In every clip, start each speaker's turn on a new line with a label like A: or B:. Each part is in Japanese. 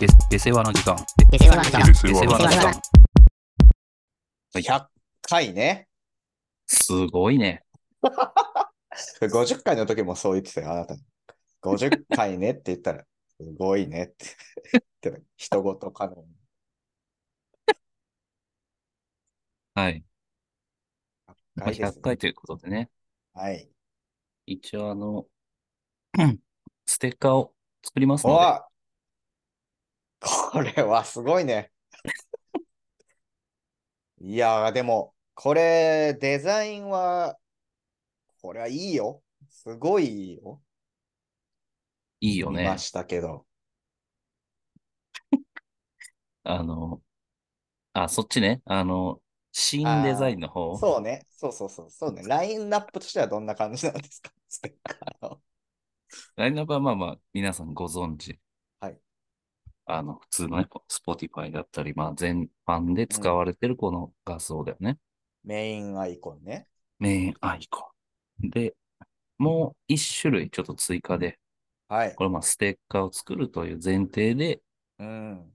A: で、で世話の時間。
B: デセワの時間。
C: で
A: で
C: 世
A: 世
C: 話
A: 話
C: の
A: の
C: 時
A: 時
C: 間
A: 間。
D: 100回ね。
A: すごいね。
D: 50回の時もそう言ってたよ、あなた。50回ねって言ったら、すごいねって言ってた。人ごとかの。
A: はい。まあ
D: 100回です
A: 100回ということでね。
D: はい。
A: 一応あの、 ステッカーを作りますの
D: お
A: で、
D: これはすごいね。いやー、でも、これ、デザインは、これはいいよ。すごいよ。
A: いいよ
D: 見
A: ね
D: ま。したけど。
A: あの、あ、そっちね。あの、シーンデザインの方。
D: そうね。そうそうそう。そうね。ラインナップとしてはどんな感じなんですかステッカーの。
A: ラインナップはまあまあ、皆さんご存知。
D: はい。
A: あの、普通のね、Spotify だったり、まあ全般で使われてるこの画像だよね。
D: メインアイコンね。
A: メインアイコン。で、もう一種類ちょっと追加で、
D: はい。
A: これまあステッカーを作るという前提で、
D: うん。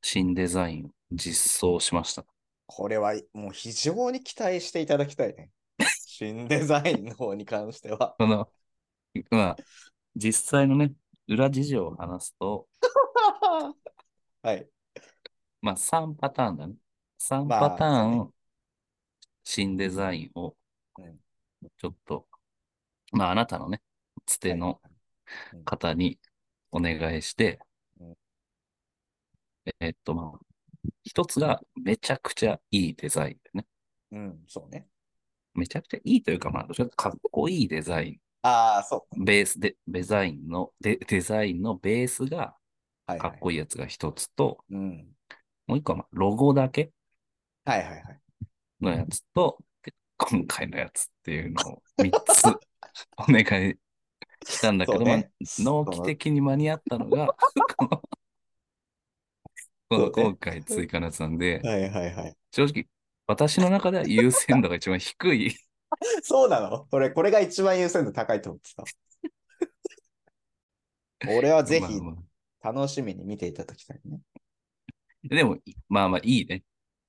A: 新デザインを実装しました。
D: これはもう非常に期待していただき たいね。新デザインの方に関しては。
A: この、まあ、実際のね、裏事情を話すと、
D: はい。
A: まあ3パターンだね。3
D: まあ
A: パターン、
D: そう
A: 新デザインを
D: うん、
A: ちょっと、まああなたのね、つての方にお願いして
D: うん、
A: えっとまあ、一つがめちゃくちゃいいデザインだよね。
D: うん、そうね。
A: めちゃくちゃいいというか、まあ、どっちかというとかっこいいデザイン
D: ああ、そう。
A: ベースで、デザインの、でデザインのベースが
D: はい、
A: か
D: は
A: っ
D: い。
A: こいいやつが一つと、
D: うん。
A: もう一個はまあロゴだけ
D: はいはいはい。
A: のやつと、で今回のやつっていうのを3つ お願いしたんだけ
D: そう
A: ど、
D: ね。
A: まあ納期的に間に合ったの が、この、この
D: そうね
A: 今回追加のやつなんで
D: そ、のはいはいはい。
A: 正直、私の中では優先度が一番低 い。
D: そうなの俺、これが一番優先度高いと思っ てた。俺はぜひ
A: まあまあ
D: 楽しみに見ていただきたいね。
A: でも、いまあまあいいね。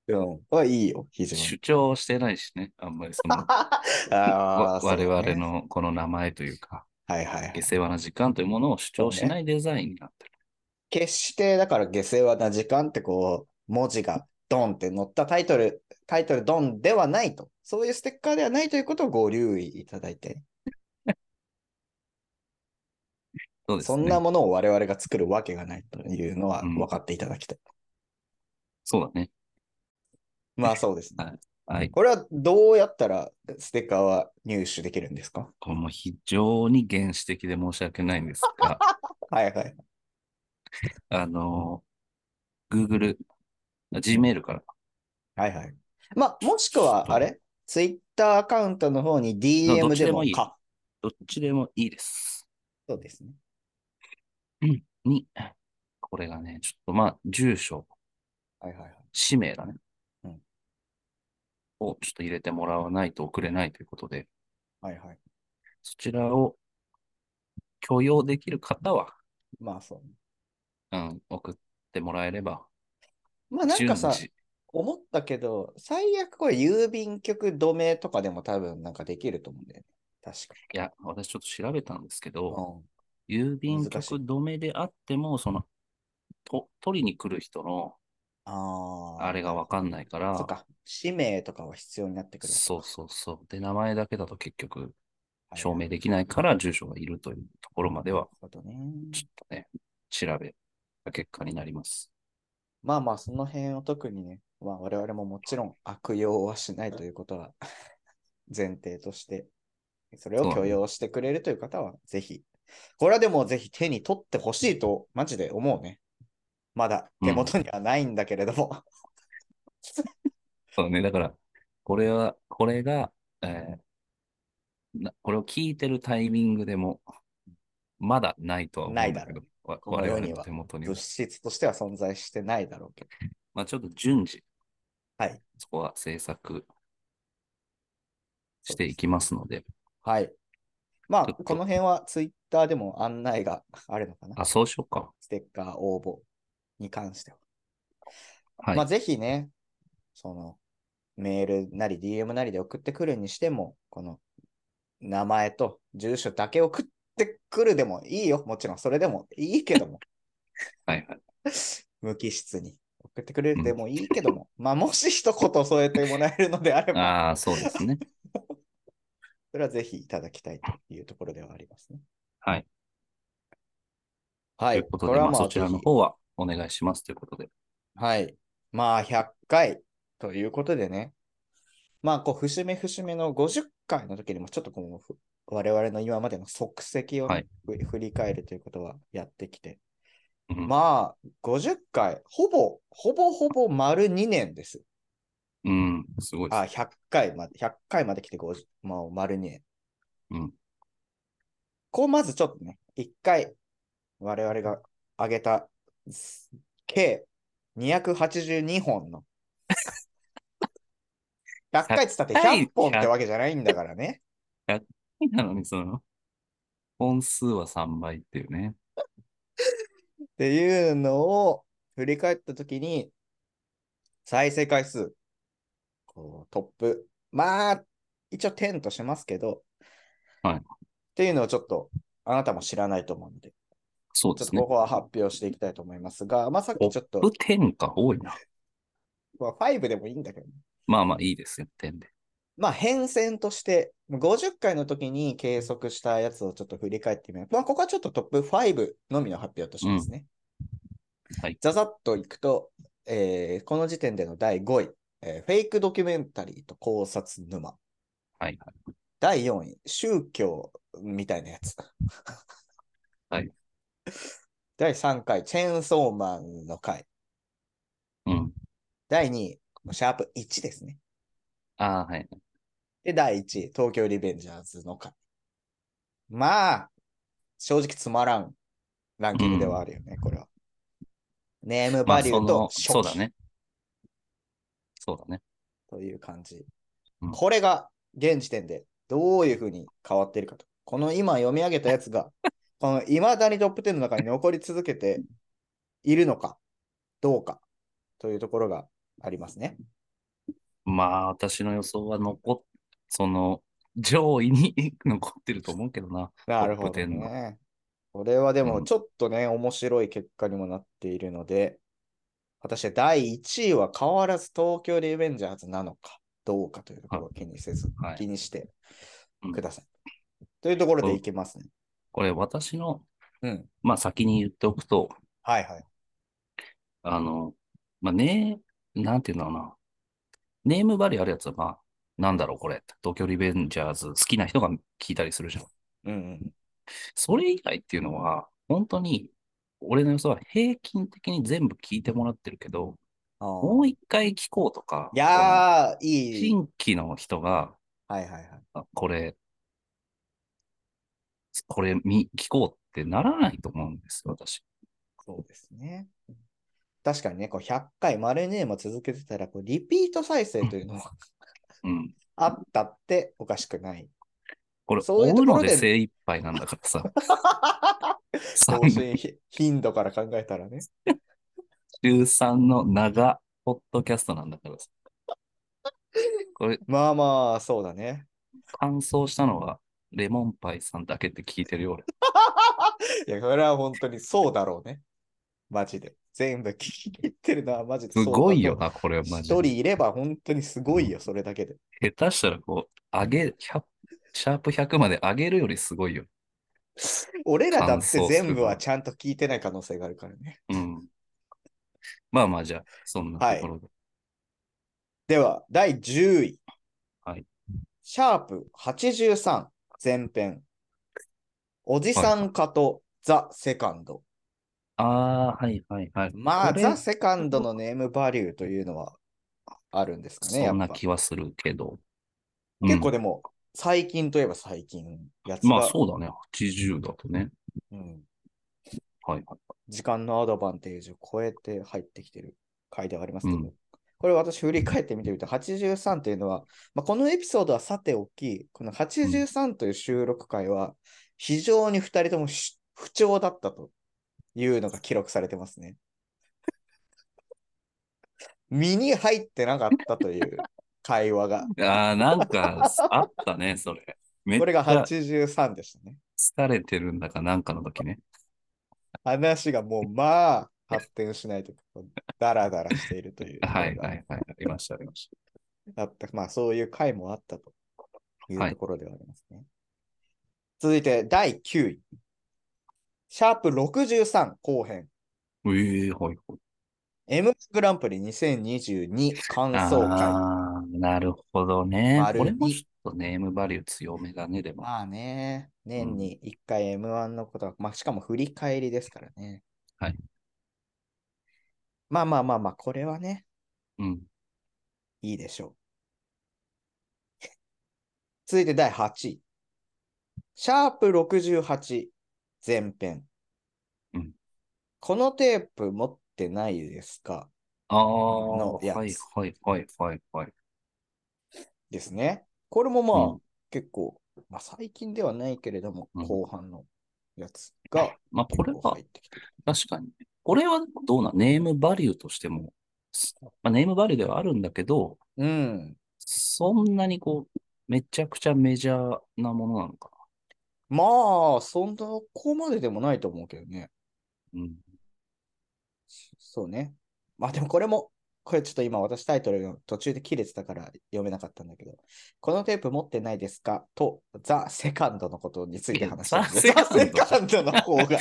D: うん。これいいよ、非常
A: 主
D: に。
A: 張してないしね、あんまりその、
D: あ
A: わ
D: あ、そう
A: 我
D: ね
A: 々。のこの名前というか、
D: はいはいは
A: 下。
D: い
A: 世話な時間というものを主張しないデザインになってる。
D: 決して、だから下世話な時間ってこう、文字がドンって載ったタイトル、タイトルドンではないと。そういうステッカーではないということをご留意いただいて、
A: そうです
D: そ
A: ね。
D: んなものを我々が作るわけがないというのは
A: うん
D: 分かっていただ きたい。
A: そうだね。
D: まあそうですね。
A: はい。
D: これはどうやったらステッカーは入手できるんですか
A: これも非常に原始的で申し訳ないんです が、
D: はいはい。
A: あの、Google、Gmail から。
D: はいはい。まあ、もしくは、あれツイッターアカウントの方に
A: どっ
D: DM
A: ち
D: で
A: でも
D: も
A: いい
D: か。
A: どっちでもいいです。
D: そうですね。
A: に、これがね、ちょっとまあ、住所、
D: はいはいはい。
A: 氏名だね。
D: うん
A: をちょっと入れてもらわないと送れないということで、
D: はいはい。
A: そちらを許容できる方は、
D: まあそう、ね。
A: うん、送ってもらえれば、
D: まあなんかさ
A: 順、次
D: 思ったけど、最悪これ郵便局止めとかでも多分なんかできると思うんだよね。確か
A: いや、私ちょっと調べたんですけ
D: に。
A: ど、
D: うん
A: 郵便局
D: 難しい
A: 止めであっても、その、と取りに来る人の
D: ああ。
A: あれがわかんないから、
D: そっか。氏名とかは必要になってくる。
A: そうそうそう。で、名前だけだと結局
D: はい
A: 証明できないから、住所がいるというところまでは、
D: なるほどね。
A: ちょっとね、調べた結果になります。
D: まあまあ、その辺を特にね、まあ我々ももちろん悪用はしないということは 前提として、それを許容してくれるという方は、ぜひ、これはでもぜひ手に取ってほしいと、マジで思うね。まだ手元にはないんだけれども。
A: そうね、だから、これは、これが、えーなこれを聞いてるタイミングでも、まだないとは思うんだけど、わ
D: この
A: 我
D: 世
A: 々
D: に
A: の
D: は
A: 手元には
D: 物。質としては存在してないだろうけど。
A: まあちょっと順次、
D: はい
A: そこは制作していきますので、
D: はい。まあ、
A: ちょっと
D: この辺はツイッターでも案内があるのかな。
A: あ、そうしようか。
D: ステッカー応募。に関しては。
A: はい。
D: まあ、ぜひね、その、メールなり DM なりで送ってくるにしても、この、名前と住所だけ送ってくるでもいいよ。もちろん、それでもいいけども、
A: はいはい。
D: 無機質に送ってくれるでもいいけども、まあ、もし一言添えてもらえるのであれば、
A: ああ、そうですね。
D: それはぜひいただきたいというところではありますね。
A: はい。
D: は
A: とい
D: い。
A: うことで、まあ、そちら
D: ぜ
A: の
D: ひ
A: 方はお願いしますということで。
D: はい。まあ、100回ということでね。まあ、こう、節目節目の50回の時にも、ちょっとこう、ふ我々の今までの足跡をね、
A: はい
D: ふ振り返るということはやってきて。
A: うん
D: まあ、50回、ほぼ、ほぼほぼ丸2年です。
A: うん、すごいです。
D: あ、100回まで、100回まで来て50、まあ、丸2年。
A: うん
D: こう、まずちょっとね、1回、我々が上げた、す計282 本の。100回っつったって100本ってわけじゃないんだからね。
A: な のに、その、本数は3倍っていうね。
D: っていうのを振り返ったときに、再生回数、こうトップ、まあ、一応10としますけど、
A: はい
D: っていうのをちょっと、あなたも知らないと思うので、
A: そう
D: ち
A: で
D: ょっ
A: す
D: と
A: ね
D: こ。こは発表していきたいと思いますが、まあさっきちょっと
A: トッ、プ10か多いな。
D: まあ、5でもいいんだけど、
A: まあまあいいですよ、10で。
D: まあ変遷として、50回の時に計測したやつをちょっと振り返ってみる。まあここはちょっとトップ5のみの発表としますね。
A: はい。
D: ざざっといくと、えーこの時点での第5位、えーフェイクドキュメンタリーと考察沼。
A: はいはい。
D: 第4位、宗教みたいなやつ。
A: はい。
D: 第3回、チェーンソーマンの回。
A: うん。
D: 第2位、シャープ1ですね。
A: ああ、はい。
D: で、第1位、東京リベンジャーズの回。まあ、正直つまらんランキングではあるよね、これは。ネーム
A: ま
D: バ
A: あ、
D: リ
A: そ
D: ューと
A: の、
D: 初期
A: そうだね。そうだね。
D: という感じ。
A: うん
D: これが現時点でどういうふうに変わってるかと。この今読み上げたやつが、この未だにトップ10の中に残り続けているのかどうかというところがありますね。
A: まあ、私の予想は残っ、その、上位に残ってると思うけどな。
D: なるほ
A: ト
D: ど
A: ップ10
D: ね。これはで
A: う
D: も
A: ん
D: ちょっとね、面白い結果にもなっているので、果たして第1位は変わらず東京リベンジャーズなのかどうかというところを気にせず、
A: はい
D: 気にして
A: うん
D: ください。というところでいきますね。
A: これ、私の、
D: うん。
A: まあ、先に言っておくと、
D: はいはい。
A: あの、まあ、ね、なんていうのかな。ネームバリューあるやつは、まあ、なんだろう、これ。東京リベンジャーズ好きな人が聞いたりするじゃん。
D: うんうん。
A: それ以外っていうのは、本当に、俺の予想は平均的に全部聞いてもらってるけど、
D: あー
A: もう一回聞こうとか、
D: いやー、
A: その
D: いい。
A: 新規の人が、
D: はいはいはい。
A: あこれ、これ見聞こうってならないと思うんですよ、私。
D: そうですね。確かにね、こう100回丸ねも続けてたら、こうリピート再生というのも
A: うん。
D: あったっておかしくない。
A: これ、
D: そういう
A: 追
D: と
A: う
D: ころ
A: の
D: で
A: で精一杯なんだから さ。三
D: 更新ひ頻度から考えたらね。
A: 中3の長ポッドキャストなんだからさ。これ、
D: まあまあ、そうだね。
A: 完走したのは、レモンパイさんだけって聞いてるよ、俺。
D: いや、これは本当にそうだろうね。マジで。全部聞き切ってるのはマジですそうだと思う
A: ごいよな、これ、マ
D: 一
A: ジ
D: 人
A: で。
D: いれば本当にすごいよ、それだけで。
A: 下手したら、こう、上げ、100シャープ100まで上げるよりすごいよ。
D: 俺らだっ
A: 感
D: て
A: 想すごい
D: 全部はちゃんと聞いてない可能性があるからね。
A: うん。まあまあ、じゃあ、そんなところで。
D: では、第10位。
A: はい
D: シャープ83前編。おじさんかとザ・セカンド。
A: ああ、はいはいはい。
D: まあ、
A: これ
D: ザ・セカンドのネームバリューというのはあるんですかね。や
A: そ
D: っ
A: ん
D: ぱ
A: な気はするけど。
D: 結構
A: うん
D: でも、最近といえば最近やつが、
A: まあそうだね。80だとね。
D: うん
A: はいはい。
D: 時間のアドバンテージを超えて入ってきてる回ではありますけど、
A: うん
D: これ私振り返ってみてみると、83というのは、まあ、このエピソードはさておき、この83という収録回は、非常に2人ともし不調だったというのが記録されてますね。 身に入ってなかったという会話が。
A: ああ、なんか、あったね、 それ。めっ
D: これが
A: ち
D: 83でしたね。
A: ゃ疲れてるんだかなんかの時ね。
D: 話がもうまあ発展しないというか、ダラダラしているという。
A: はいはいはい。ありました、ありまし
D: あった。まあそういう回もあったという
A: はい
D: ところではありますね。続いて第9位。シャープ63後編。
A: た。ええはいはい。
D: M グランプリ2022感想会。
A: ああ、なるほどね。
D: 丸
A: これもちょっとネームバリュー強めだね、でも。
D: まあね、年に1回 M1 のことは、まあしかも振り返りですからね。
A: はい。
D: まあまあまあまあ、これはね、
A: うん。
D: いいでしょう。続いて第8位。シャープ68前編。
A: うん
D: このテープ持ってないですか
A: ああ、
D: のやつ
A: はいはいはいはいはい。
D: ですね。これもまあ、
A: うん
D: 結構、まあ、最近ではないけれども、
A: うん
D: 後半のやつが
A: まあこれ
D: 結構
A: は
D: 入ってきてる。
A: 確かにね。これはどうなんネームバリューとしても、すまあ、ネームバリューではあるんだけど、
D: うん。
A: そんなにこう、めちゃくちゃメジャーなものなのか
D: まあ、そんな、ここまででもないと思うけどね。
A: な。うん。
D: そうね。まあでもこれも、これちょっと今私タイトルの途中で切れてたから読めなかったんだけど、このテープ持ってないですかと、ザ・セカンドのことについて話したんで。
A: いや
D: ザ・
A: ザ
D: セ
A: セ
D: カ
A: カ
D: ンドの方 が。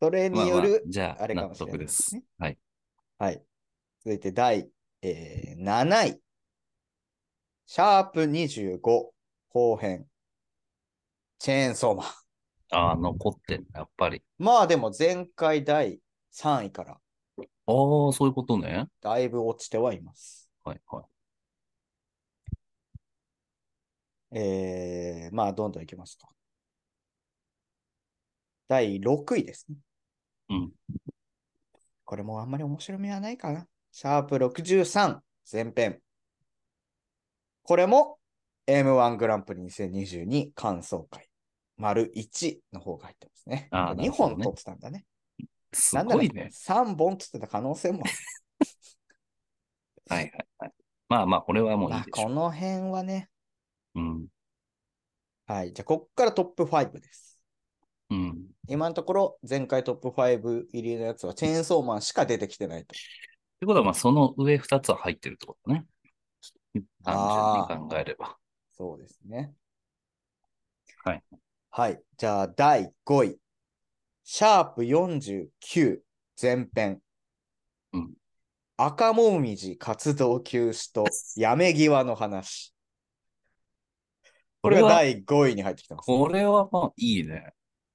D: それ
A: まあ
D: に
A: まあ
D: よる、
A: じゃあ、
D: あれか
A: 納
D: もしれな
A: 得
D: いで
A: ですす
D: ね。
A: はい。
D: はい。続いて第、えー7位。シャープ25後編。チェーンソーマン。
A: ああ、残ってんだ、やっぱり。
D: まあでも前回第3位から
A: ああ、そういうことね。
D: だいぶ落ちてはいます。
A: はいはい。
D: えー、まあ、どんどんいきますか。第6位ですね。
A: うん。
D: これもあんまり面白みはないかな。シャープ63前編。これも M1 グランプリ2022感想会。丸1の方が入ってますね。
A: あー
D: 2
A: なる
D: 本
A: ほどね
D: 取ってたんだね。
A: す
D: なんな
A: ご
D: ら
A: いね。
D: 3本取ってた可能性もある。
A: はいはいはい。まあまあ、これはもうい
D: ま
A: い
D: あ、
A: でしょ
D: こ
A: う。
D: の辺はね。
A: うん。
D: はい。じゃあ、こっからトップ5です。
A: うん。
D: 今のところ、前回トップ5入りのやつは、チェーンソーマンしか出てきてない
A: っ
D: と。
A: てことは、まあ、その上2つは入ってるってことね。単
D: あー
A: 純に考えれば。
D: そうですね。
A: はい。
D: はい。じゃあ、第5位。シャープ49前編。
A: うん
D: 赤もみじ活動休止とやめ際の話。これが第5位に入ってきてます。
A: これはまあ、いいね。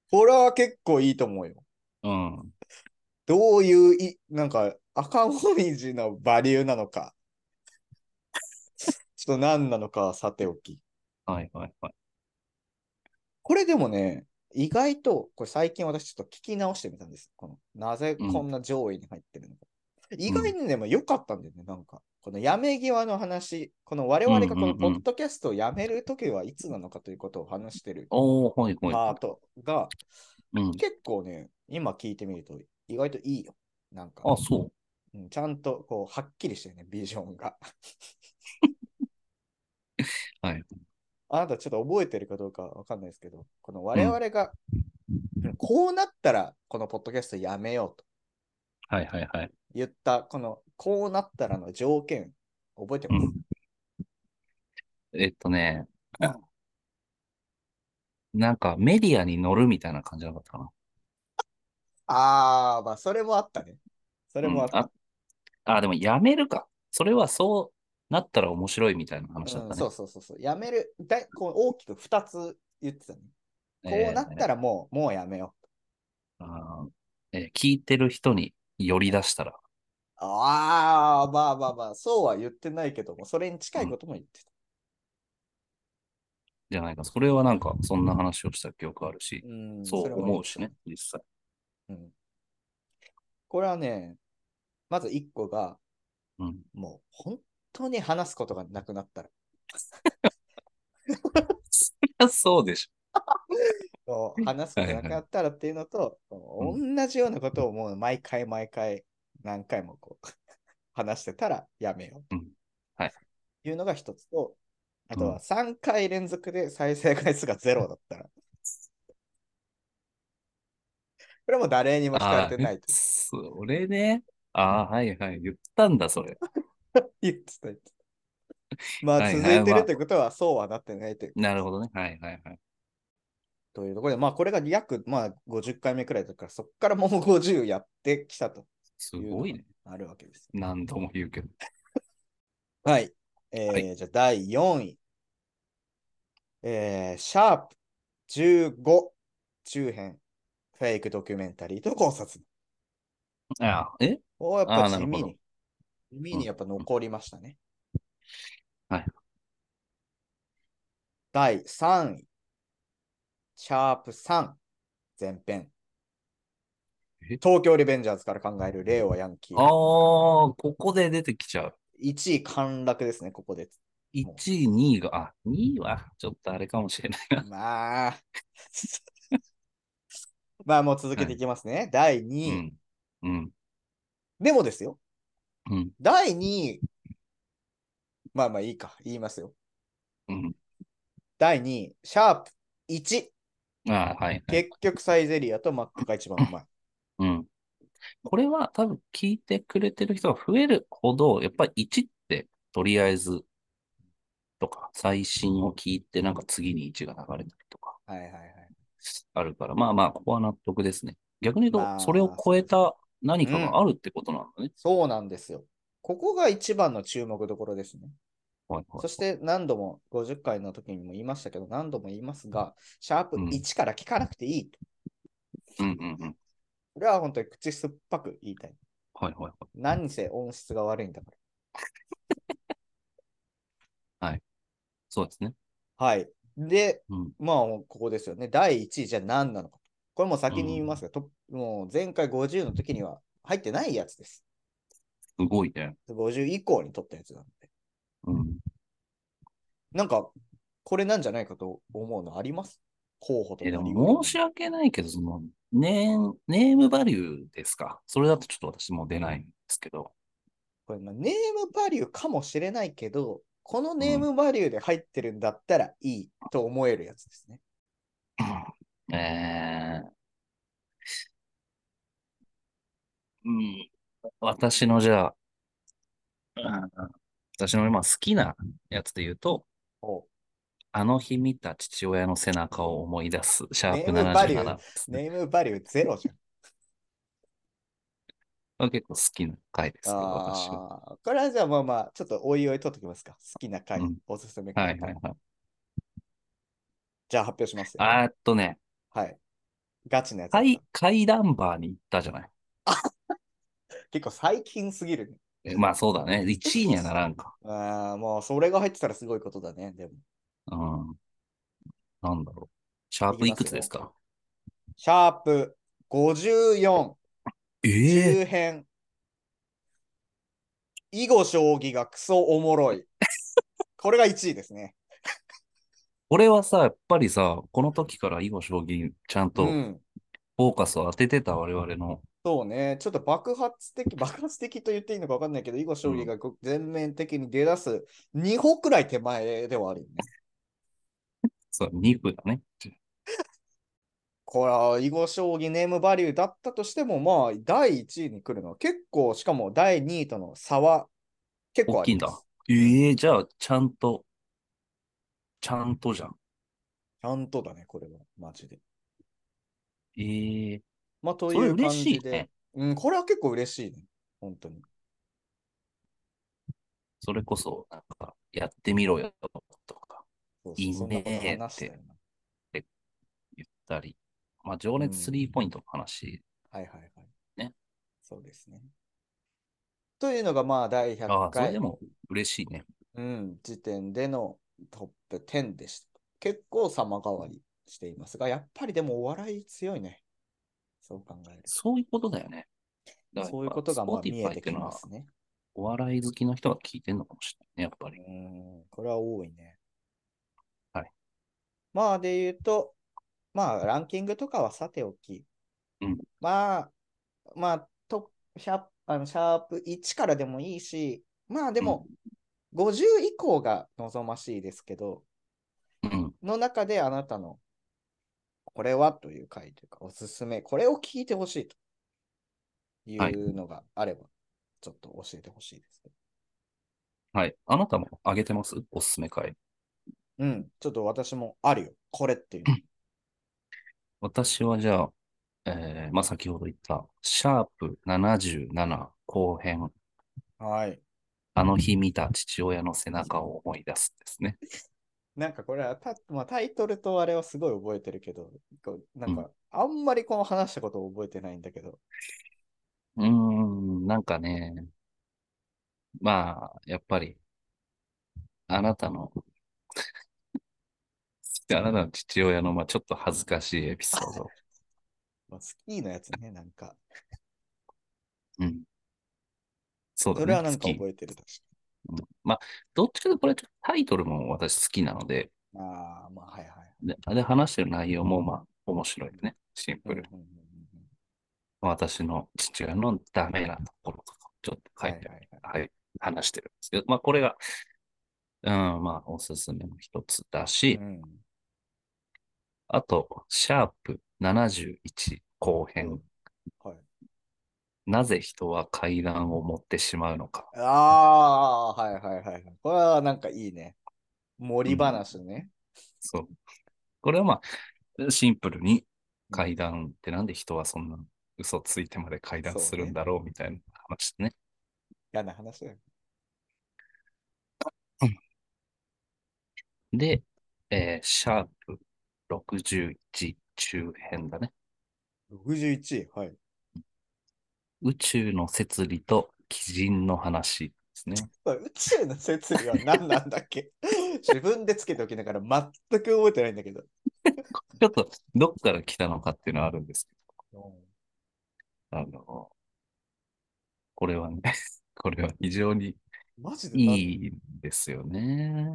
D: これは結構いいと思うよ。
A: うん。
D: どういうい、なんか、赤もみじのバリューな のか。ちょっと何なのかはさておき。
A: はいはいはい。
D: これでもね、意外と、これ最近私ちょっと聞き直してみたんです。このなぜこんな上位に入ってるのか。意外にでも良かったんだよね、なんか。このやめ際の話、この我々がこ
A: うん
D: の
A: うん
D: ポ
A: うん
D: ッドキャストをやめるときはいつなのかということを話してる
A: おー、はいはい
D: パー
A: は
D: トが
A: い。うん。
D: 結構ね、今聞いてみると意外といいよ。なんか、
A: あ、そう。
D: うんちゃんとこうはっきりしてるね、ビジョンが。
A: はい。
D: あなたちょっと覚えてるかどうかわかんないですけど、この我々が、こうなったらこのポッドキャストやめようと。
A: はいはいはい。
D: 言った、この、こうなったらの条件、覚えて
A: う
D: ます、
A: ん。えっと ね、なんかメディアに乗るみたいな感じなかったかな。
D: あー、まあ、それもあったね。それもあっ
A: う
D: た
A: ん。あ、あでもやめるか。それはそうなったら面白いみたいな話だっ
D: う
A: た
D: ん
A: ね。
D: そうそうそうそう。やめる。だいこう大きく2つ言ってたね。こうなった
A: ら、
D: らもう、もうやめよう。
A: あーえー聞いてる人に寄り出したら。
D: あー、まあまあまあ、そうは言ってないけども、それに近いことも言ってた。
A: じゃないか。それはなんか、そんな話をした記憶あるし、
D: うん、
A: そう
D: れは
A: 思うしね、実際。
D: 言ってた。うん。これはね、まず1個が、
A: うん。
D: もう、本当に話すことがなくなったら。
A: そりゃそうでし
D: こう話すことなくなったらっていうのと、こう
A: う
D: 同じようなことをもう毎回毎回何回もこう 話してたらやめよう。
A: うんはい。
D: いうのが一つと、あと
A: うん
D: は3回連続で再生回数がゼロだったら。 これはもう誰にも聞かれてない
A: あーそれね。ああ、はいはい。言ったんだ、それ。
D: と 言ってた言ってた。ま
A: は
D: あ
A: い
D: 続
A: はい
D: いて
A: ま
D: る
A: あ
D: ってことはそうはなってないという
A: なるほどね。はいはいはい。
D: というところで、まあこれが約、まあ、50回目くらいだから、そこからもう50やってきたと
A: すごいね。
D: あるわけです。
A: 何度も言うけど。
D: はい。えー
A: は
D: じゃあ第4位。えー、シャープ15中編フェイクドキュメンタリーと考察
A: ああ、え
D: をやっぱ
A: あーな
D: 地
A: るほ
D: 味
A: ど
D: に、地味にやっぱ残りましたね。
A: はい。
D: 第3位。シャープ3前編
A: え。
D: 東京リベンジャーズから考える令和ヤンキ
A: ああ、
D: ー。
A: ここで出てきちゃう。
D: 1位陥落ですね、こ こで。
A: 1位、2位が、あ、2位はちょっとあれかもしれないな。
D: まあ。 まあもう続けていきますね。第2
A: う
D: 位、
A: ん。うん。
D: でもですよ。
A: うん
D: 第2位。まあまあいいか。言いますよ。
A: うん。
D: 第2位、シャープ1。
A: ああ、はい、はい。
D: 結局サイゼリアとマックが一番うまい。
A: うん。これは多分聞いてくれてる人が増えるほど、やっぱり1ってとりあえずとか、最新を聞いてなんか次に1が流れたりとか
D: はいはいはい。
A: あるから、まあまあ、ここは納得ですね。逆に言う
D: まあ
A: と、それを超えた何か
D: うん
A: があるってことなんだね。
D: そうなんですよ。ここが一番の注目どころですね。
A: はいはい
D: そして何度も50回の時にも言いましたけど、何度も言いますが、シャープ
A: うん
D: 1から聞かなくていいと。
A: うんうんうん。
D: これは本当に口酸っぱく言いたい。
A: はいはいはい。
D: 何せ音質が悪いんだか
A: そうですね。
D: ら。はい。で、
A: うん。
D: まあ、ここですよね。第1位じゃあ何なのか。これも先に言いますが、ともう前回50の時には入ってないやつです。
A: すごいね。
D: 50以降に取ったやつなんで。
A: うん。
D: なんか、これなんじゃないかと思うのあります候補と
A: え、
D: な
A: で
D: り
A: も申し訳ないけど、その、ネーム、ネームバリューですか。それだとちょっと私もう出ないんですけど。
D: これまあネームバリューかもしれないけど、このネームバリューで入ってるんだったらいいと思えるやつですね。
A: えーうん、私のじゃあ、うん私の今好きなやつで言うと、
D: おう
A: あの日見た父親の背中を思い出す、シャープ
D: ネームバリュー
A: 77ですね。
D: ネームバリューゼロじ ゃん。
A: 結構好きな回ですけど、私は。
D: ああ、これはじゃあまあまあ、ちょっとおいおい取っときますか。好きな回、
A: うん
D: おすす
A: は
D: め回、
A: いはいはい。
D: じゃあ発表しますよ。
A: あーっとね、
D: はい。ガチなやつだった、
A: 階、階段バーに行ったじゃない。
D: 結構最近すぎる、ね。
A: えまあそうだね。1位にはならんか。
D: ああ、もうそれが入ってたらすごいことだね。でも、
A: うん。なんだろう。シャープいくつですか
D: シャープ54、
A: ええ
D: 周辺。囲碁将棋がクソおも ろい。これが1位ですね。
A: 俺はさ、やっぱりさ、この時から囲碁将棋にちゃんと
D: うん。
A: フォーカスを当ててた我々の、
D: そうね。ちょっと爆発的、爆発的と言っていいのか分かんないけど、囲碁将棋がこう全面的に出だす2歩くらい手前ではあるよね。
A: そう、2分だね。
D: これは囲碁将棋ネームバリューだったとしても、まあ、第1位に来るのは結構、しかも第2位との差は結構あ
A: 大きい
D: り
A: ん
D: ま
A: だ
D: す。。
A: ええじゃあ、ちゃんと、ちゃんとじゃん。
D: ちゃんとだね、これは、マジで。
A: ええ
D: まあ、とい
A: それ
D: う感
A: 嬉
D: じで。
A: しいね。
D: うん、これは結構嬉しいね。本当に。
A: それこそ、なんか、やってみろよとか
D: そう
A: いいねー
D: そんなこと話したよな
A: 言ったり、まあ、情熱スリーポイントの話。
D: はいはいはい。
A: ね。
D: そうですね。というのがまあ第
A: あ
D: 100
A: あ、それ
D: 回
A: で、も嬉しいね。
D: うん、時点でのトップ10でした。結構様変わりしていますが、やっぱりでもお笑い強いね。そう考える
A: そういうことだよね。だか
D: と。
A: ら
D: そういうことがまあ見え
A: Spotify
D: て
A: って
D: き
A: いうの
D: ま
A: は
D: すね。
A: お笑い好きの人が聞いてんのかもしれないね、やっぱ
D: う
A: り。
D: ん、これは多いね。
A: はい。
D: まあで言うと、まあランキングとかはさておき、
A: うん
D: まあ、まあトップ100あの、シャープ1からでもいいし、まあでも、50以降が望ましいですけど、
A: うん。
D: の中であなたの、これはという回というか、おすすめ、これを聞いてほしいとい
A: はいう
D: のがあれば、ちょっと教えてほしいですね。
A: はい。あなたもあげてますおすすめ会。
D: うん、ちょっと私もあるよ。これっていうの。
A: 私はじゃあ、えー、まあ、先ほど言った、シャープ77後編、
D: はい。
A: あの日見た父親の背中を思い出すですね。
D: なんかこれはた、まあ、タイトルとあれはすごい覚えてるけど、こうなんか、あんまりこの話したことを覚えてないんだけど、
A: うーん、なんかね、まあ、やっぱり、あなたの、あなたの父親の、まあ、ちょっと恥ずかしいエピソード。
D: まあ、スキーのやつね、なんか。
A: うん。そうだね。
D: それはなんか
A: 好き
D: 覚えてる。確か
A: うんまあ、どっちかというと、これちょっとタイトルも私好きなので、
D: にああ、まあ、はいはい。
A: で、で話してる内容も、まあ、面白いね。シン
D: うん
A: プ
D: うん
A: ル。
D: うんうん
A: 私の父親のダメなところとか、ちょっと
D: は
A: 書い
D: いは
A: て、
D: いはい。
A: はい、話してるんですけど、まあ、これが、うん、まあ、おすすめの一つだし
D: う、ん
A: あと、シャープ71後
D: う
A: 編
D: ん、はい、
A: なぜ人は階段を持ってしまうのか。
D: ああー、はいはいはいはい。これはなんかいいね。森話ね。
A: そう。これはまあ、シンプルに階段ってなんで人はそんな嘘ついてまで階段するんだろうみたいな話ね。
D: 嫌な話だよ。
A: で、えーシャープ61中編だね。
D: 61、はい。
A: 宇宙の摂理と鬼人の話ですね。
D: これ宇宙の説理は何なんだっけ 自分でつけておきながら全く覚えてないんだけど。
A: ちょっとどっから来たのかっていうのはあるんですけど、あの、これはね、 これは非常に
D: マジで何
A: いいんですよね。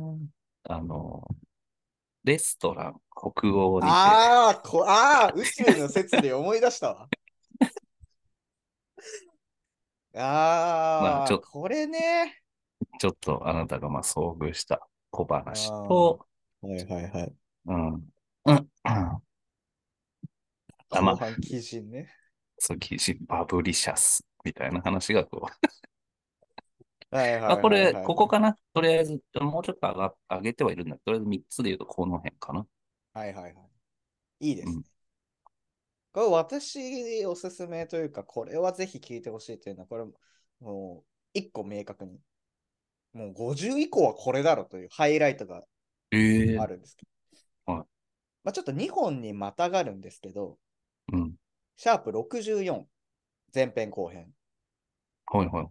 A: あの、レストラン、北欧にて、
D: あーこあー、宇宙の説理思い出した わ。あ
A: まあ
D: あ、
A: ちょっと
D: これね。
A: ちょっとあなたがまあ遭遇した小話と、
D: はいはいはい。
A: うん、うん、あまあ
D: 後半基準ね。
A: そう、鬼人バブリシャスみたいな話がこう、
D: はいはいはい、
A: ま
D: は
A: あ、
D: い。
A: これ、ここ。かなとりあえず、もうちょっと上が上げてはいるんだけど、とりあえず3つで言うとこの辺かな。
D: はいはいはい。いいですね。
A: うん
D: これ私おすすめというか、これはぜひ聞いてほしいというのは、これもう一個明確に。もう50以降はこれだろというハイライトが
A: ええ
D: あるんですけど。
A: えーはい
D: まあ、ちょっと2本にまたがるんですけど、
A: うん。
D: シャープ64、前編後編。
A: はいはいはい。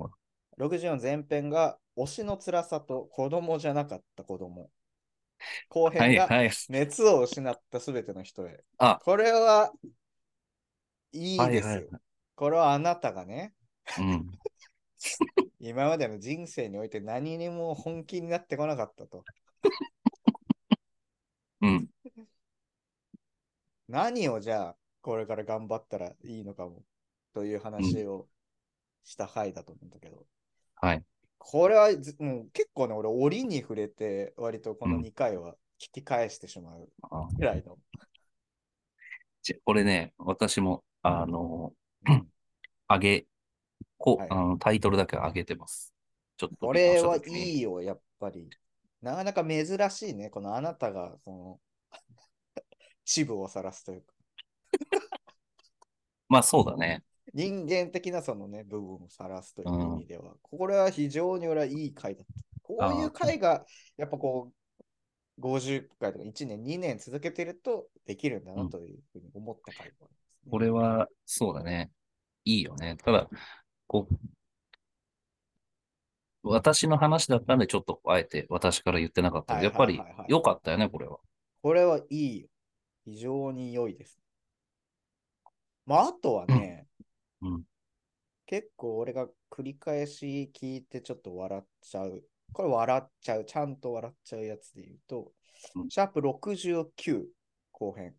D: 64前編が推しの辛さと子供じゃなかった子供。後編が
A: はいはい。
D: 熱を失ったすべての人へ。
A: あ
D: これはいいですよ。
A: はいはい
D: これはあなたがね、
A: うん。
D: 今までの人生において何にも本気になってこなかったと。
A: うん。
D: 何をじゃあ、これから頑張ったらいいのかも。という話をした回だと思うんだけど。
A: はい。
D: これはず、もう結構ね、俺、折に触れて、割とこの
A: うん
D: 2回は聞き返してしまう
A: あ
D: ぐらいの。
A: じゃこれね、私も、あの、
D: うん
A: 上げ、こう、
D: はい
A: あのタイトルだけ上げてます。ちょっと。
D: これはい
A: い。
D: いよ、やっぱり。なかなか珍しいね、このあなたが、その、 恥部を晒すというか、
A: まあそうだね。
D: 人間的なそのね、部分を晒すという
A: うん
D: 意味では、これは非常に俺はいい回だった。こういう回が、やっぱこう、50回とか1年、2年続けてるとできるんだなというふうに思った回でございますね
A: これは、そうだね。いいよね。ただ、こう、私の話だったんで、ちょっとあえて私から言ってなかったけど、やっぱり
D: はいはいはいはい
A: 良かったよね、これは。
D: これはいいよ。非常に良いです。まあ、あとはね、
A: うんうん
D: 結構俺が繰り返し聞いてちょっと笑っちゃう。これ笑っちゃう。ちゃんと笑っちゃうやつで言うと
A: う、ん
D: シャープ69後編。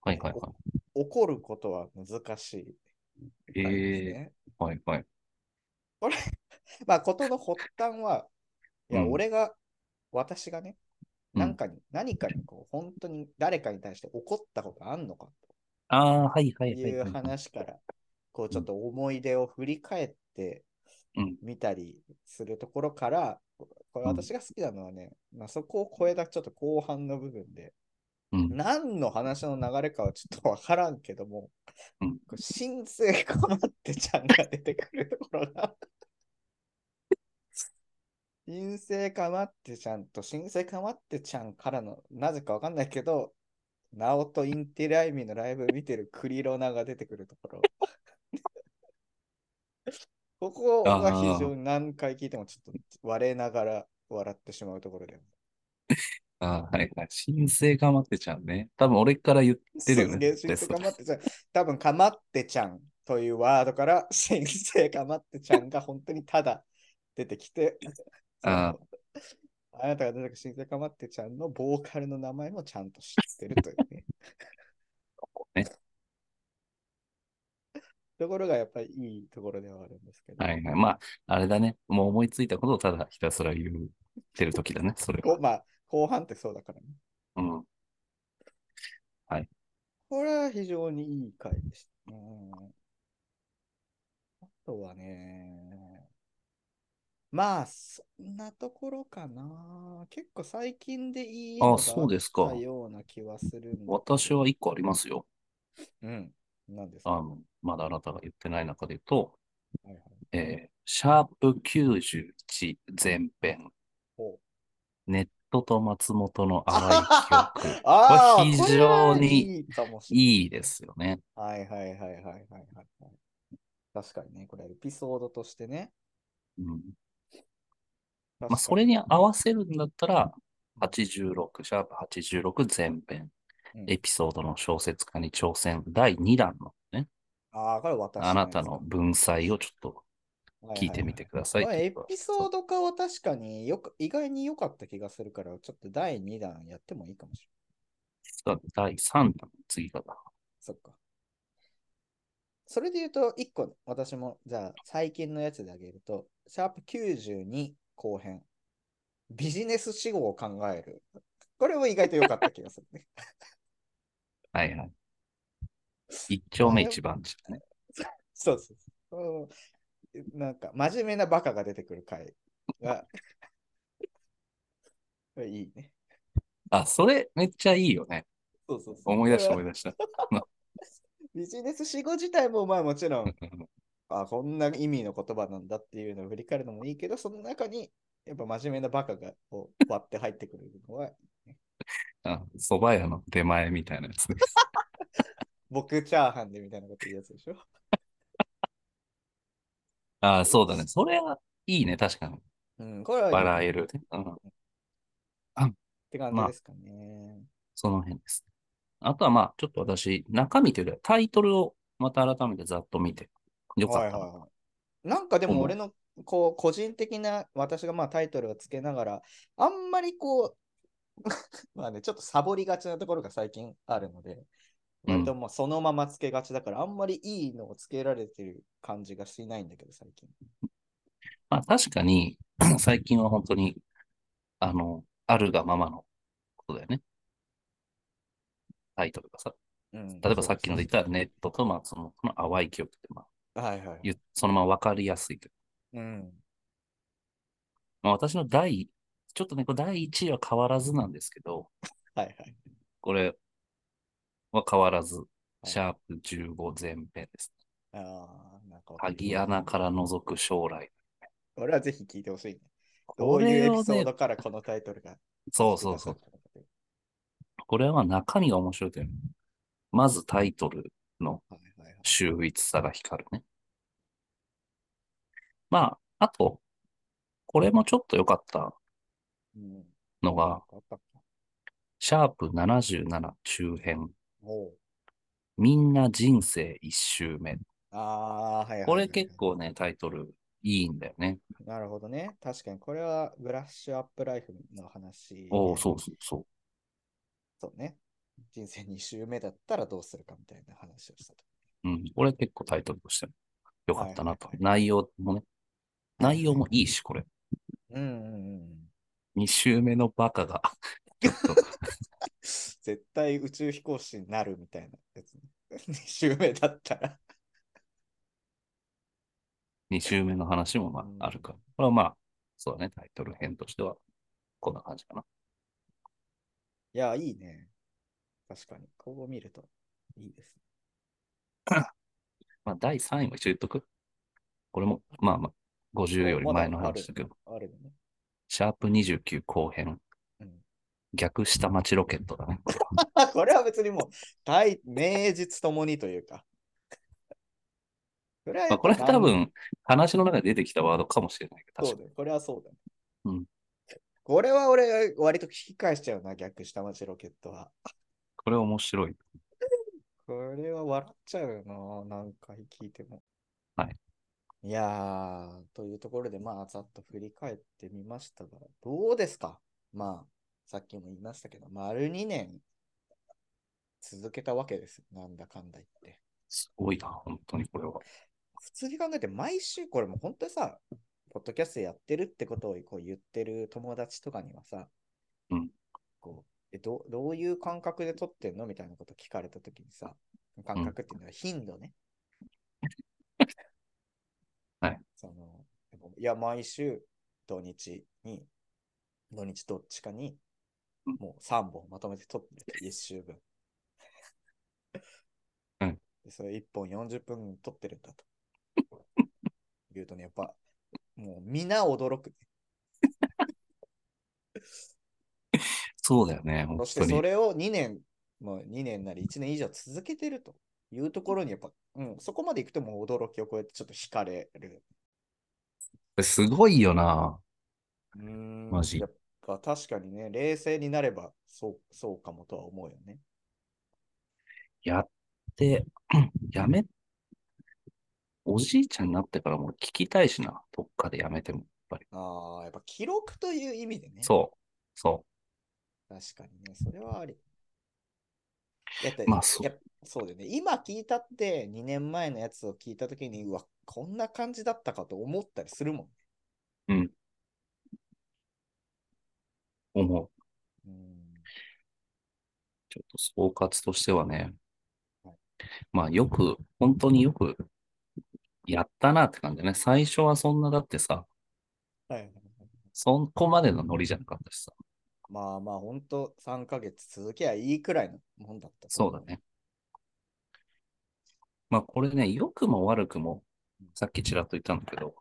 A: はいはいはい。
D: 怒ることは難しい。
A: え
D: 感じです
A: え
D: ね。
A: はいはい。
D: まあ、ことの発端 は、いや、
A: うん
D: 俺が、私がね、
A: うん
D: 何かに、何かにこう、本当に誰かに対して怒ったことあんのか
A: ああ、はいは
D: と
A: いはいい、
D: う
A: はいはい。
D: 話から、こう、ちょっと思い出を振り返って
A: うん
D: みたりするところから、これ
A: うん
D: 私が好きなのはね、まあ、そこを超えたちょっと後半の部分で、
A: うん
D: 何の話の流れかはちょっとわからんけども、
A: うん
D: こう新生かまってちゃんが出てくるところが。新生かまってちゃんと新生かまってちゃんからの、なぜかわかんないけど、ナオとインティライミのライブ見てるクリロナが出てくるところ。ここが非常に何回聞いてもちょっと我ながら笑ってしまうところで。
A: ああ、はいはい。新生が待ってちゃうね。多分俺から言ってるよね。
D: そう新生かまってちゃん。多分かまってちゃんというワードから、新生かまってちゃんが本当にただ出てきて、
A: あ
D: あなたが出てくる新生かまってちゃんのボーカルの名前もちゃんと知ってるというね。
A: ね
D: ところがやっぱりいいところではあるんですけど、
A: はいはい。まあ、あれだね。もう思いついたことをただひたすら言ってる時だね。それ
D: こ
A: は
D: う。まあ、後半ってそうだからね。
A: うん。
D: これは非常にいい回でしたね。あとはね、まあ、そんなところかな。結構最近でいいの
A: あ、
D: が
A: そう
D: あ
A: ですか
D: った。ような気はするんだけど
A: 私、は一個ありますよ。
D: うん、なんですか
A: あの、まだあなたが言ってない中で言うと、
D: はいはい
A: えーシャープ91前編、
D: ほう
A: ネットと松本の荒い
D: あ
A: 記 憶。
D: あ
A: こ
D: ー
A: れ非
D: これは
A: 常に
D: いいかもしれない。
A: いいですよね。
D: はいはいはいはいはいはいはい。確かにね、これエピソードとしてね。
A: うん。
D: 確
A: まあ、
D: か
A: それに合わせるんだったら、86、シャープ86前編、
D: にうん
A: エピソードの小説家に挑戦、第2弾のね、
D: ああ、これ私
A: あ
D: じゃ
A: ない
D: です
A: た
D: か
A: の文才をちょっと
D: はは
A: 聞いてみてください。
D: まあ、エピソー
A: ド
D: ド化は確かによく意外に良かった気がするから、ちょっと第2弾やってもいいかもしれない。
A: 第3弾、次かな。
D: そっか。それで言うと、1個、私も、じゃあ、最近のやつであげると、シャープ92後編、ビジネス死語を考える。これも意外と良かった気がするね。
A: はいはい。一丁目一番地だね。
D: そうそうそううんなんか、真面目なバカが出てくる回が、 いいね。
A: あ、それめっちゃいいよね。
D: そうそうそう。
A: 思い出した
D: こ
A: 思
D: れ
A: い
D: は
A: 出した。
D: ビジネス死語自体も、まあもちろん、
A: うん
D: あ、こんな意味の言葉なんだっていうのを振り返るのもいいけど、その中に、やっぱ真面目なバカがこ う割って入ってくるのは、
A: あ蕎麦屋の出前みたいなやつね。
D: 僕チャーハンでみたいなこと言うやつでしょ。
A: あ、そうだね。それはいいね。確かに。
D: うん、これはいい
A: 笑えるね。うん。
D: って感じですかね。
A: その辺です。あとはまあ、ちょっと私、中身というよりはタイトルをまた改めてざっと見て、よか
D: は
A: っ
D: い
A: た
D: はい
A: な。
D: はい。なんかでも俺のこう個人的な私がまあタイトルをつけながら、あんまりこう、ま あね、ちょっとサボりがちなところが最近あるので、
A: うん
D: 割ともうそのままつけがちだから、あんまりいいのをつけられてる感じがしないんだけど、最近。
A: まあ確かに、 最近は本当に、あの、あるがままのことだよね。タイトルがさ。
D: うん、。
A: 例えばさっきので言ったたらネットとまあそのこの淡い記憶って、まあ、
D: はいはい。
A: 言うそのまま分かりやすいというか。
D: うん。
A: まあ私の第、ちょっとね、これ第1位は変わらずなんですけど、
D: はいはい。
A: これは変わらず、
D: い
A: シャープ15前編です。
D: ああ、なんかわかる
A: 鍵穴から覗く将来。
D: 俺はぜひ聞いてほしい、ね。ど
A: こ
D: ういう
A: れ
D: エ
A: を
D: ピソ
A: ね
D: ードからこのタイトルが。
A: そうそうそう。。これはまあ中身が面白いというよりまずタイトルの
D: はいはいはい。
A: 秀逸さが光るね。まあ、あと、これもちょっと良かった
D: う
A: の
D: ん。なん
A: が
D: か、あったっけ
A: シャープ77中編、
D: おう
A: みんな人生一周目。
D: ああ、はいはいはい。
A: これ結構ね、タイトルいいんだよね。
D: なるほどね。確かに、これはブラッシュアップライフの話で、
A: おお、そうそうそう。
D: そうね。人生2周目だったらどうするかみたいな話をしたと。
A: ううん。これ結構タイトルとしても良かったなと
D: はい。
A: 内容もね、内容もいいし、これ。
D: うんうんうん。
A: 2週目のバカが、 ちょっと、
D: 絶対宇宙飛行士になるみたいなやつね。2周 目だったら。
A: 2週目の話もま
D: うん
A: あ、あるから。これはまあ、そうだね、タイトル編としては、こんな感じかな。
D: いや、いいね。確かに。こう見るといいですね。
A: まあ、第3位も一応言っとく。これも、まあまあ、50より前の話だけど、
D: あるよね。
A: シャープ29後編
D: うん。
A: 逆下町ロケットだね。
D: あこれは別にもう、大、名実ともにというか。 これは
A: まあ、
D: やっぱ
A: これは多、分、話の中で出てきたワードかもしれないけど、
D: そ
A: 確か
D: うだよ。これはそうだね。
A: うん。
D: これは俺、割と引き返しちゃうな、逆下町ロケットは。
A: これ面白い。
D: これは笑っちゃうよな、何回聞いても。
A: はい。
D: いやー、というところで、まあ、ざっと振り返ってみましたが、どうですかまあ、さっきも言いましたけど、丸2年続けたわけですよ。なんだかんだ言って。
A: すごいな、本当にこれは。
D: 普通に考えて、毎週これも本当にさ、ポッドキャストやってるってことをこう言ってる友達とかにはさ、
A: うん
D: こうえどうどういう感覚で撮ってんのみたいなこと聞かれたときにさ、感覚っていうのは頻度ね。
A: はい
D: そのいや、毎週土日に、土日どっちかに、
A: うん
D: もう3本まとめて撮ってる、1週分。
A: うん
D: でそれ1本40分撮ってるんだと。言うとね、やっぱ、もう皆驚く。
A: そうだよね、
D: そ
A: 本
D: して
A: 当
D: そ
A: に。
D: れを2年、まあ、2年なり1年以上続けてるというところに、やっぱ、うん、そこまで行くともう驚きを超えてちょっと惹かれる。
A: すごいよな。
D: うーん
A: マジ
D: やっぱ確かにね、冷静になればそうそうかもとは思うよね。
A: やって、 やめ、おじいちゃんになってからもう聞きたいしな、どっかでやめても、やっぱり。
D: ああ、やっぱ記録という意味でね。
A: そう、そ
D: 確かにね、それはあり。だって、
A: う。まあ、そ
D: やっそうだよね。今聞いたって2年前のやつを聞いたときに、うわ、こんな感じだったかと思ったりするもん。
A: う思う。
D: うん
A: ちょっと総括としてはね
D: はい、
A: まあよく、本当によくやったなって感じだね。最初はそんなだってさ、
D: はいはいはい。
A: そこまでのノリじゃなかったしさ。
D: まあまあ、ほんと3ヶ月続けばいいくらいのもんだった。
A: そうだ。ね。まあこれね、良くも悪くも、さっきちらっと言ったんだけど、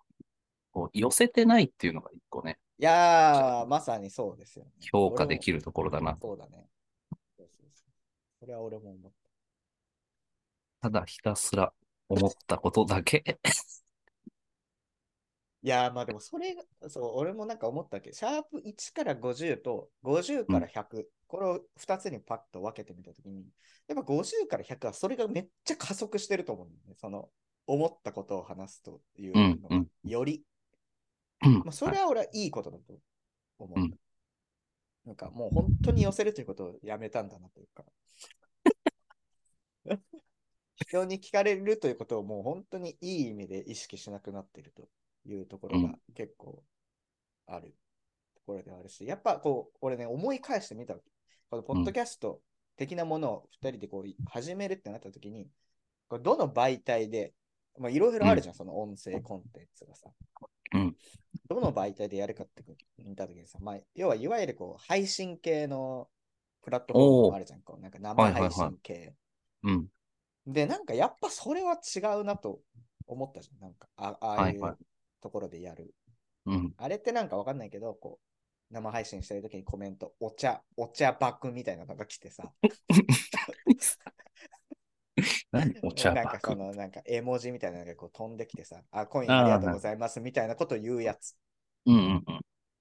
A: こう寄せてないっていうのが一個ね、
D: いやー、まさにそうですよ、ね。
A: 評価でき
D: る。
A: るところだな。
D: そうだね。そうそうそうそれは俺も思った
A: だひたすら思ったことだけ。
D: いやー、まあでもそれが、そう、俺もなんか思ったっけど、シャープ1から50と50から100、これを2つにパッと分けてみたときに、やっぱ50から100はそれがめっちゃ加速してると思うんだよね。その、思ったことを話すという
A: うん
D: の
A: う
D: が
A: ん、
D: より、
A: うん
D: まあ、それ
A: はい
D: は俺はいいことだと思う。
A: うん
D: なんかもう本当に寄せるということをやめたんだなというか。 人に聞かれるということをもう本当にいい意味で意識しなくなっているというところ
A: う
D: が
A: ん
D: 結構あるところではあるし、やっぱこう、俺ね、思い返してみたわけ。このポッドキャスト的なものを2人でこう始めるってなった時に、これどの媒体で、まあ、いろいろあるじゃん、その音声コンテンツがさ。
A: うん
D: どの媒体でやるかって見たときにさ、まあ、要はいわゆるこう配信系のプラットフォームもあるじゃん、こうなんか生
A: はいはいは
D: 配
A: い
D: 信系。
A: うん。
D: で、なんかやっぱそれは違うなと思ったじゃん、なんかあああ
A: はいいはいう
D: ところでやる。
A: うん。
D: あれってなんかわかんないけど、こう生配信してるときにコメント、お茶、お茶バクみたいなのが来てさ、
A: 何お茶
D: なん
A: ば
D: か
A: く
D: そ。のなんか絵文字みたいなのがこう飛んできてさ、あ、コインありがとうございますみたいなことを言うやつ。
A: うんうんうん。
D: っ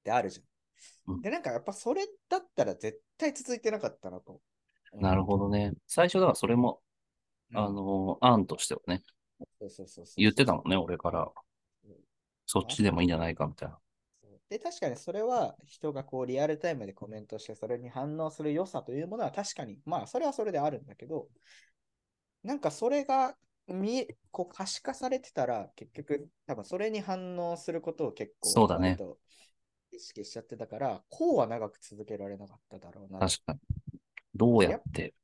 D: てあるじゃ。
A: うんん
D: で、なんかやっぱそれだったら絶対続いてなかったなと。
A: なるほどね。最初だからそれも、
D: うん
A: あのー案としてはね、
D: そうそうそうそう
A: 言ってたもんね、俺から
D: うん。
A: そっちでもいいんじゃないかみたいな。
D: で、確かにそれは人がこうリアルタイムでコメントしてそれに反応する良さというものは確かに、まあそれはそれであるんだけど、なんかそれが見えこう可視化されてたら、結局、多分それに反応することを結構、
A: そうだね
D: 割と意識しちゃってたから、こうは長く続けられなかっただろうな。
A: 確かに。どうやって、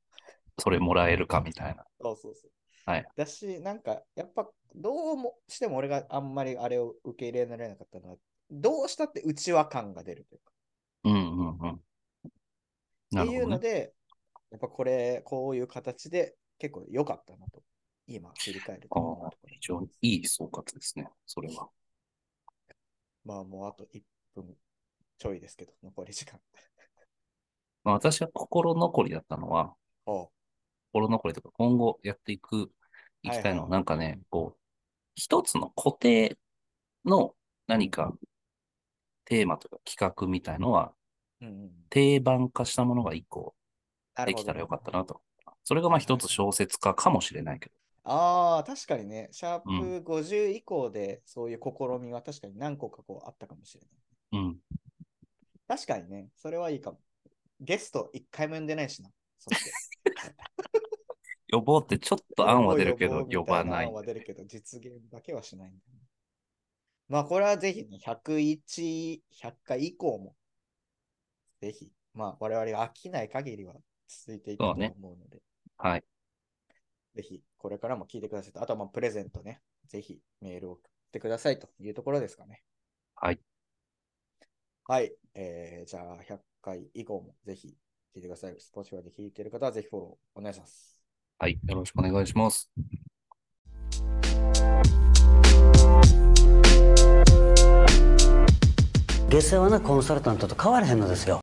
A: それもらえるかみたいな。
D: そうそうそう。
A: はい
D: だし、なんか、やっぱ、どうもしても俺があんまりあれを受け入れられなかったのは、どうしたって内輪感が出るというか。
A: うんうんうん。な
D: ってい
A: るほ
D: う
A: ど
D: の
A: ね。
D: で、やっぱこれ、こういう形で結構良かったなと、今振り返ると
A: あ
D: 思う
A: あ
D: ところ
A: 非常にいい総括ですね。それは。
D: まあもうあと1分ちょいですけど、残り時間。
A: まあ、私は心残りだったのは、
D: おう
A: 心残りとか今後やっていく、いきたいのは、なんかね、こう、一つの固定の何かテーマとか企画みたいのは、
D: うんうん、
A: 定番化したものが一個
D: な
A: で
D: るほ
A: きた
D: ど
A: らよかったなと。それがまあ一つ小説家かもしれないけど。
D: ああ、確かにね、シャー
A: うん
D: プ50以降でそういう試みは確かに何個かこうあったかもしれない。
A: うん。
D: 確かにね、それはいいかも。ゲスト1回も呼んでないしな。そして
A: 呼ぼうってちょっと案は出るけ
D: 呼ぼ
A: ど
D: う、
A: 呼
D: 呼ぼうみた
A: ば
D: いな
A: ない
D: 案。は出るけど、実現だけはしないんだよね。まあ、これはぜひね、101、100回以降も、ぜひ、まあ、我々が飽きない限りは続いていくと
A: そ
D: は
A: うね
D: 思うので、
A: はい。
D: ぜひ、これからも聞いてくださいと。あとは、まあ、プレゼントね、ぜひメールを送ってくださいというところですかね。
A: はい。
D: はい。えー、じゃあ、100回以降もぜひ聞いてください。Spotify で聞いている方はぜひフォローお願いします。
A: はい。よろしくお願いします。
B: 下世話なコンサルタントと変わらへんのですよ